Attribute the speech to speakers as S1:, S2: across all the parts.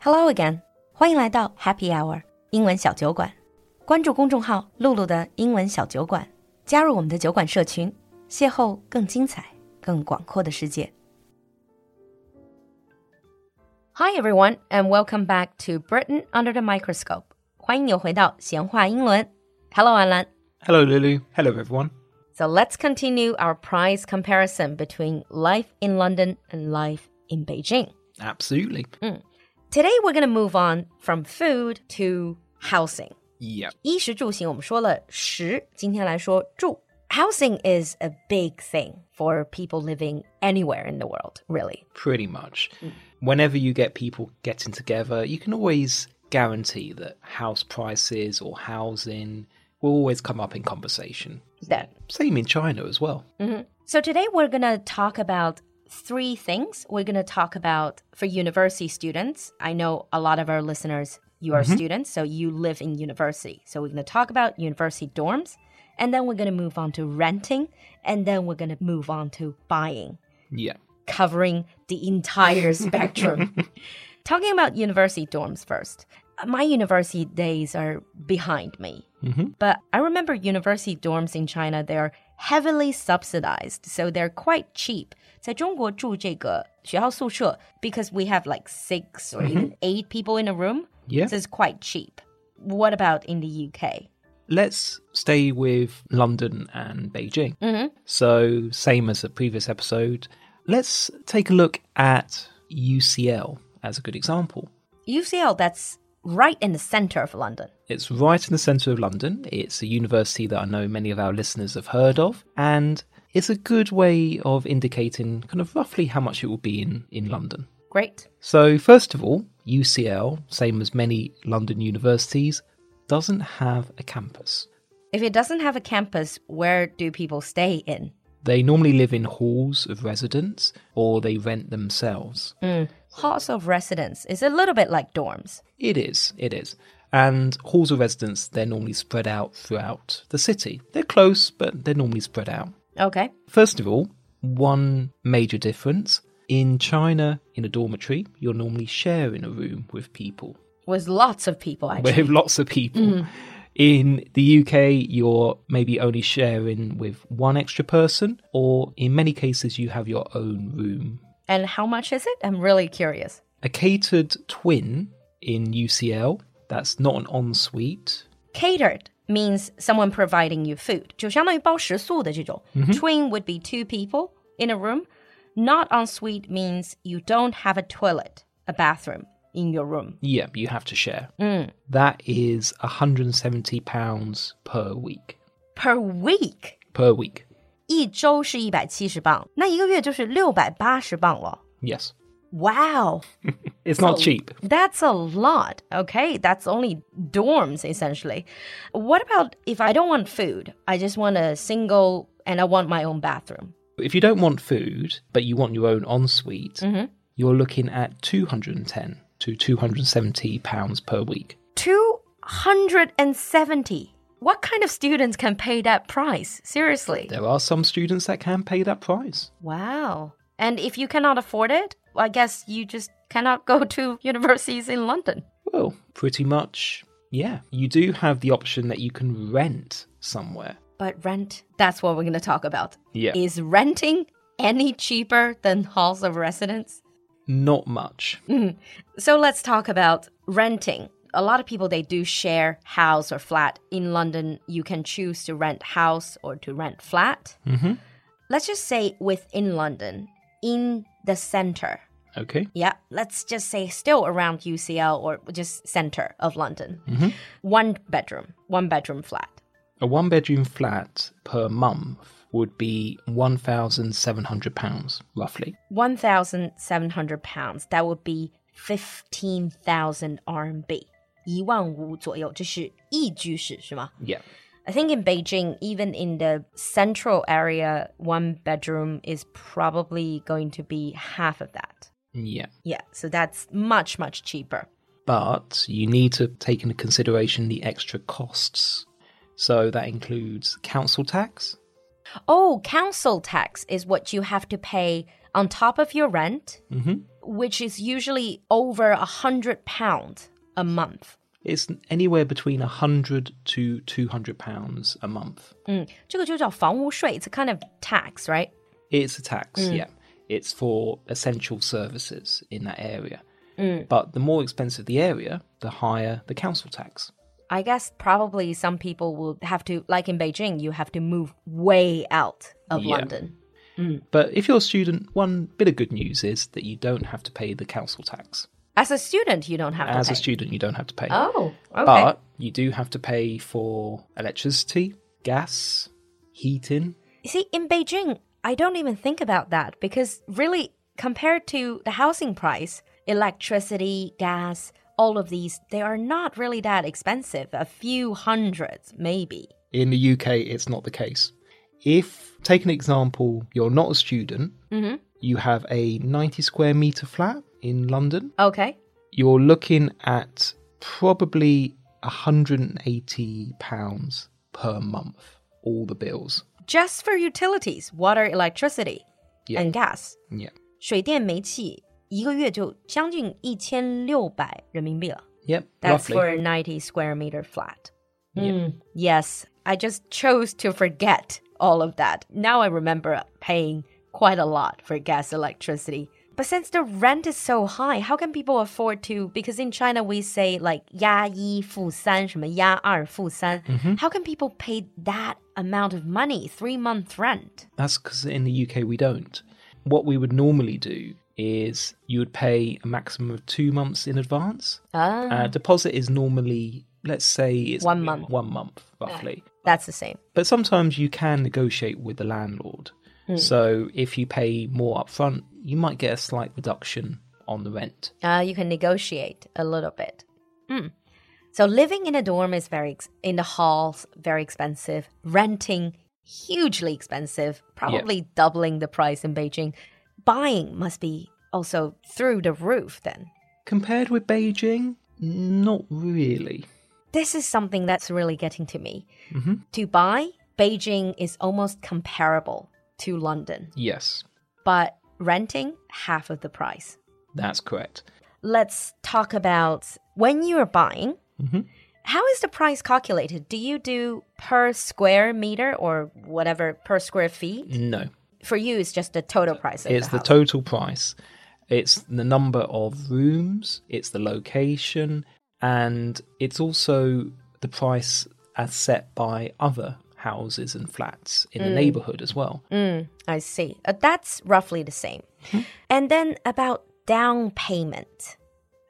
S1: Hello again，欢迎来到 Happy Hour 英文小酒馆。关注公众号“露露的英文小酒馆”，加入我们的酒馆社群，邂逅更精彩、更广阔的世界。Hi everyone, and welcome back to Britain under the microscope。欢迎你回到闲话英伦。Hello，安兰。
S2: Hello, Lulu. Hello, everyone.
S1: So let's continue our price comparison between life in London and life in Beijing.
S2: Absolutely.
S1: Today we're going to move on from food to housing.
S2: Yep.
S1: 衣食住行，我们说了食，今天来说住。Housing is a big thing for people living anywhere in the world, really.
S2: Pretty much. Whenever you get people getting together, you can always guarantee that house prices or housing will always come up in conversation.
S1: That.
S2: Same in China as well.
S1: So today we're going to talk about three things. We're going to talk about for university students. I know a lot of our listeners, you are students, so you live in university. So we're going to talk about university dorms, and then we're going to move on to renting, and then we're going to move on to buying.
S2: Yeah.
S1: covering the entire spectrum. Talking about university dorms first. My university days are behind me. But I remember university dorms in China, they are heavily subsidized, so they're quite cheap. 在中国住这个学校宿舍, because we have like six or even eight people in a room,
S2: Yeah.
S1: so it's quite cheap. What about in the UK?
S2: Let's stay with London and Beijing. So, same as the previous episode, let's take a look at UCL as a good example.
S1: UCL, that's right in the center of London.
S2: It's right in the centre of London. It's a university that I know many of our listeners have heard of, and it's a good way of indicating kind of roughly how much it will be in, in London.
S1: Great.
S2: So, first of all, UCL, same as many London universities, doesn't have a campus.
S1: If it doesn't have a campus, where do people stay in?
S2: They normally live in halls of residence or they rent themselves.
S1: Halls of residence is a little bit like dorms.
S2: It is, it is. And halls of residence, they're normally spread out throughout the city. They're close, but they're normally spread out.
S1: Okay.
S2: First of all, one major difference in China, in a dormitory, you're normally sharing a room with people,
S1: With lots of people, actually.
S2: with lots of people. In the UK, you're maybe only sharing with one extra person, or in many cases, you have your own room.
S1: And how much is it? I'm really curious.
S2: A catered twin in UCL, that's not an ensuite.
S1: Catered means someone providing you food. 就相当于包食宿的这种. Twin would be two people in a room. Not ensuite means you don't have a toilet, a bathroom in your room.
S2: Yeah, you have to share. That is £170 per week.
S1: Per week,
S2: Per week.
S1: 一周是170磅，那一个月就是680磅了。
S2: Yes.
S1: Wow.
S2: It's not cheap.
S1: That's a lot. Okay, that's only dorms essentially. What about if I don't want food? I just want a single and I want my own bathroom.
S2: If you don't want food, but you want your own ensuite, you're looking at 210 to 270 pounds per week.
S1: 270. What kind of students can pay that price? Seriously.
S2: There are some students that can pay that price.
S1: Wow. And if you cannot afford it, I guess you just cannot go to universities in London.
S2: Well, pretty much, yeah. You do have the option that you can rent somewhere.
S1: But rent, that's what we're going to talk about.
S2: Yeah.
S1: Is renting any cheaper than halls of residence?
S2: Not much.
S1: So let's talk about renting. A lot of people they do share house or flat in London. You can choose to rent house or to rent flat.
S2: Mhm.
S1: Let's just say within London, in the center.
S2: Okay.
S1: Yeah, let's just say still around UCL or just center of London. One bedroom, one bedroom flat.
S2: A one bedroom flat per month would be 1,700 pounds, roughly.
S1: 1,700 pounds. That would be 15,000 RMB. 一万五左右，这是一居室是吗？
S2: Yeah.
S1: I think in Beijing, even in the central area, one bedroom is probably going to be half of that.
S2: Yeah.
S1: Yeah, so that's much, much cheaper.
S2: but you need to take into consideration the extra costs. So that includes council tax.
S1: Oh, council tax is what you have to pay on top of your rent,
S2: Mm-hmm.
S1: which is usually over a hundred pound a month.
S2: It's anywhere between 100 to 200 pounds a month.
S1: 这个就叫房屋税. It's a kind of tax, right?
S2: It's a tax, yeah. It's for essential services in that area. But the more expensive the area, the higher the council tax.
S1: I guess probably some people will have to, like in Beijing, you have to move way out of
S2: Yeah.
S1: London.
S2: But if you're a student, one bit of good news is that you don't have to pay the council tax.
S1: As a student, you don't have
S2: As
S1: to
S2: a
S1: pay.
S2: student, you don't have to pay.
S1: oh, okay.
S2: But you do have to pay for electricity, gas, heating.
S1: See, in Beijing, I don't even think about that because really, compared to the housing price, electricity, gas, all of these, they are not really that expensive. A few hundreds, maybe.
S2: In the UK, it's not the case. If, take an example, you're not a student,
S1: Mm-hmm.
S2: you have a 90 square metre flat in London,
S1: Okay.
S2: you're looking at probably £180 per month, all the bills.
S1: Just for utilities, water, electricity,
S2: Yeah.
S1: and gas.
S2: Yeah.
S1: 水电煤气一个月就将近一千六百人民币了。
S2: Yep.
S1: That's
S2: roughly.
S1: for a 90 square meter flat. Mm, yes, I just chose to forget all of that. Now I remember paying quite a lot for gas electricity. But since the rent is so high, how can people afford to? Because in China we say like 压一付三,什么压二付三. How can people pay that amount of money, three month rent?
S2: That's because in the UK we don't. What we would normally do is you would pay a maximum of two months in advance.
S1: Ah,
S2: Uh, deposit is normally, let's say, it's
S1: One month.
S2: One month, roughly.
S1: that's the same.
S2: But sometimes you can negotiate with the landlord.
S1: Hmm.
S2: So if you pay more upfront, you might get a slight reduction on the rent.
S1: Uh, you can negotiate a little bit. Hmm. So living in a dorm is very ex- in the halls very expensive. Renting hugely expensive, probably doubling the price in Beijing. Buying must be also through the roof then.
S2: Compared with Beijing, not really.
S1: This is something that's really getting to me. To buy, Beijing is almost comparable to London,
S2: Yes,
S1: but renting half of the price.
S2: that's correct.
S1: let's talk about when you are buying.
S2: Mhm.
S1: how is the price calculated? Do you do per square meter or whatever per square feet?
S2: No,
S1: For you, it's just the total price. Of
S2: It's the
S1: house.
S2: total price. It's the number of rooms. It's the location, and it's also the price as set by other houses and flats in the neighbourhood as well.
S1: Mm, I see. Uh, that's roughly the same.
S2: Mm-hmm.
S1: and then about down payment.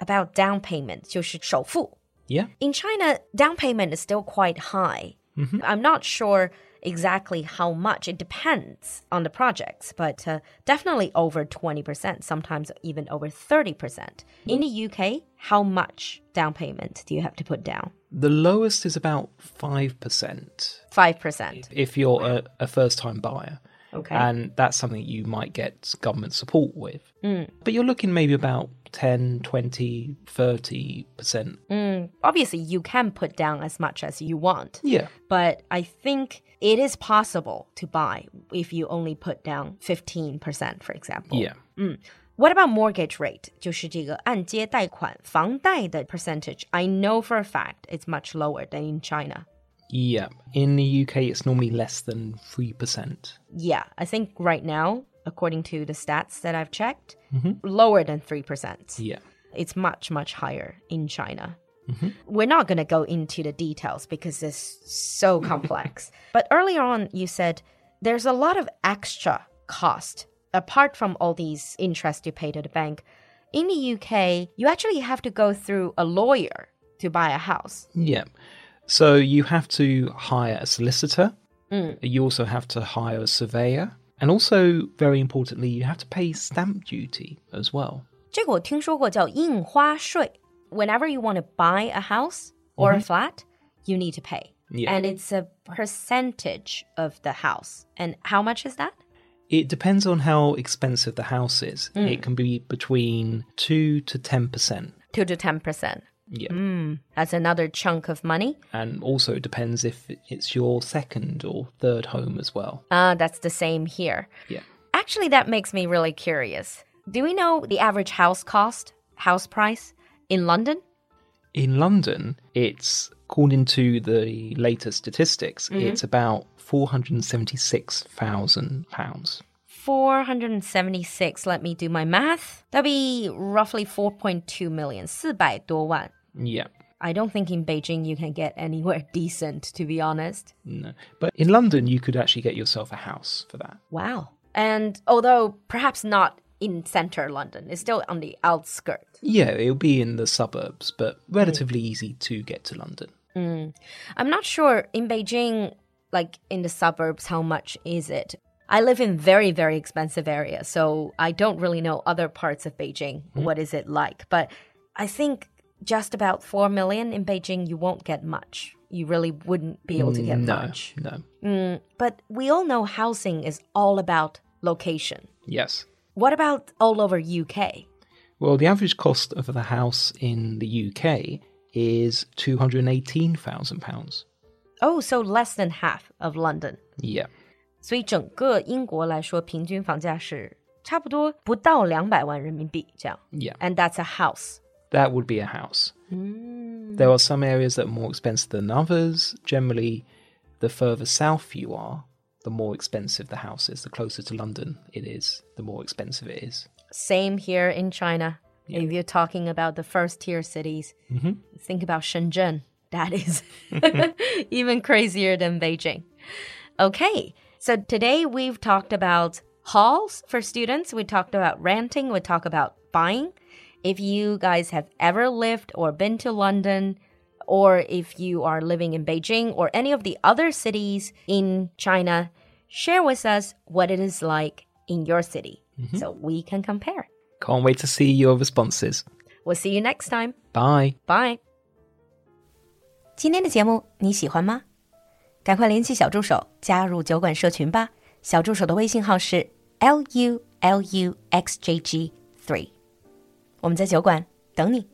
S1: About down payment, 就是首付。
S2: Yeah,
S1: In China, down payment is still quite high.
S2: Mm-hmm.
S1: I'm not sure exactly how much. It depends on the projects, but uh, definitely over 20%, sometimes even over 30%. In the UK, how much down payment do you have to put down?
S2: the lowest is about five percent
S1: 5%.
S2: if you're a, a first-time buyer,
S1: Okay.
S2: and that's something you might get government support with. But you're looking maybe about 10, 20, 30 percent.
S1: Obviously, you can put down as much as you want,
S2: Yeah,
S1: but I think it is possible to buy if you only put down 15%, for example.
S2: yeah.
S1: What about mortgage rate? 就是这个按揭贷款房贷的 percentage. I know for a fact it's much lower than in China.
S2: Yeah. In the UK, it's normally less than 3%.
S1: Yeah, I think right now, according to the stats that I've checked, lower than 3%.
S2: Yeah.
S1: It's much, much higher in China. We're not going to go into the details because it's so complex. but earlier on, you said there's a lot of extra cost apart from all these interest you pay to the bank. In the UK, you actually have to go through a lawyer to buy a house.
S2: Yeah. So you have to hire a solicitor. You also have to hire a surveyor. And also, very importantly, you have to pay stamp duty as well.
S1: 这个我听说过叫印花税. Whenever you want to buy a house or a flat, you need to pay.
S2: Yeah.
S1: And it's a percentage of the house. And how much is that?
S2: It depends on how expensive the house is. It can be between 2 to 10%.
S1: 2 to 10%.
S2: Yeah.
S1: That's another chunk of money.
S2: And also it depends if it's your second or third home as well.
S1: Uh, that's the same here.
S2: Yeah.
S1: Actually, that makes me really curious. Do we know the average house cost, house price in London?
S2: In London, it's according to the latest statistics,
S1: Mm-hmm.
S2: it's about four hundred and seventy six thousand pounds.
S1: 476. Let me do my math. That'd be roughly 4.2 million. 400多万.
S2: Yeah.
S1: I don't think in Beijing you can get anywhere decent, to be honest.
S2: No. But in London you could actually get yourself a house for that.
S1: Wow. And although perhaps not in center London, it's still on the outskirts.
S2: Yeah, it'll be in the suburbs, but
S1: Mm.
S2: relatively easy to get to London.
S1: I'm not sure in Beijing, like in the suburbs, how much is it? I live in very, very expensive area, so I don't really know other parts of Beijing. What is it like? But I think just about 4 million in Beijing, you won't get much. You really wouldn't be able to get
S2: no,
S1: much.
S2: no.
S1: But we all know housing is all about location.
S2: Yes.
S1: What about all over UK?
S2: Well, the average cost of the house in the UK is two hundred and eighteen thousand pounds.
S1: Oh, so less than half of London.
S2: Yeah.
S1: 所以整个英国来说，平均房价是差不多不到两百万人民币这样。
S2: Yeah.
S1: And that's a house.
S2: That would be a house. There are some areas that are more expensive than others. Generally, the further south you are, the more expensive the house is. The closer to London it is, the more expensive it is.
S1: Same here in China. If you're talking about the first tier cities, think about Shenzhen. That is even crazier than Beijing. Okay, so today we've talked about halls for students, we talked about renting, we talked about buying. If you guys have ever lived or been to London, or if you are living in Beijing or any of the other cities in China, share with us what it is like in your city so we can compare.
S2: Can't wait to see your responses.
S1: We'll see you next time.
S2: Bye.
S1: Bye. 今天的节目你喜欢吗？赶快联系小助手加入酒馆社群吧。小助手的微信号是 l u l u x j g three，我们在酒馆等你。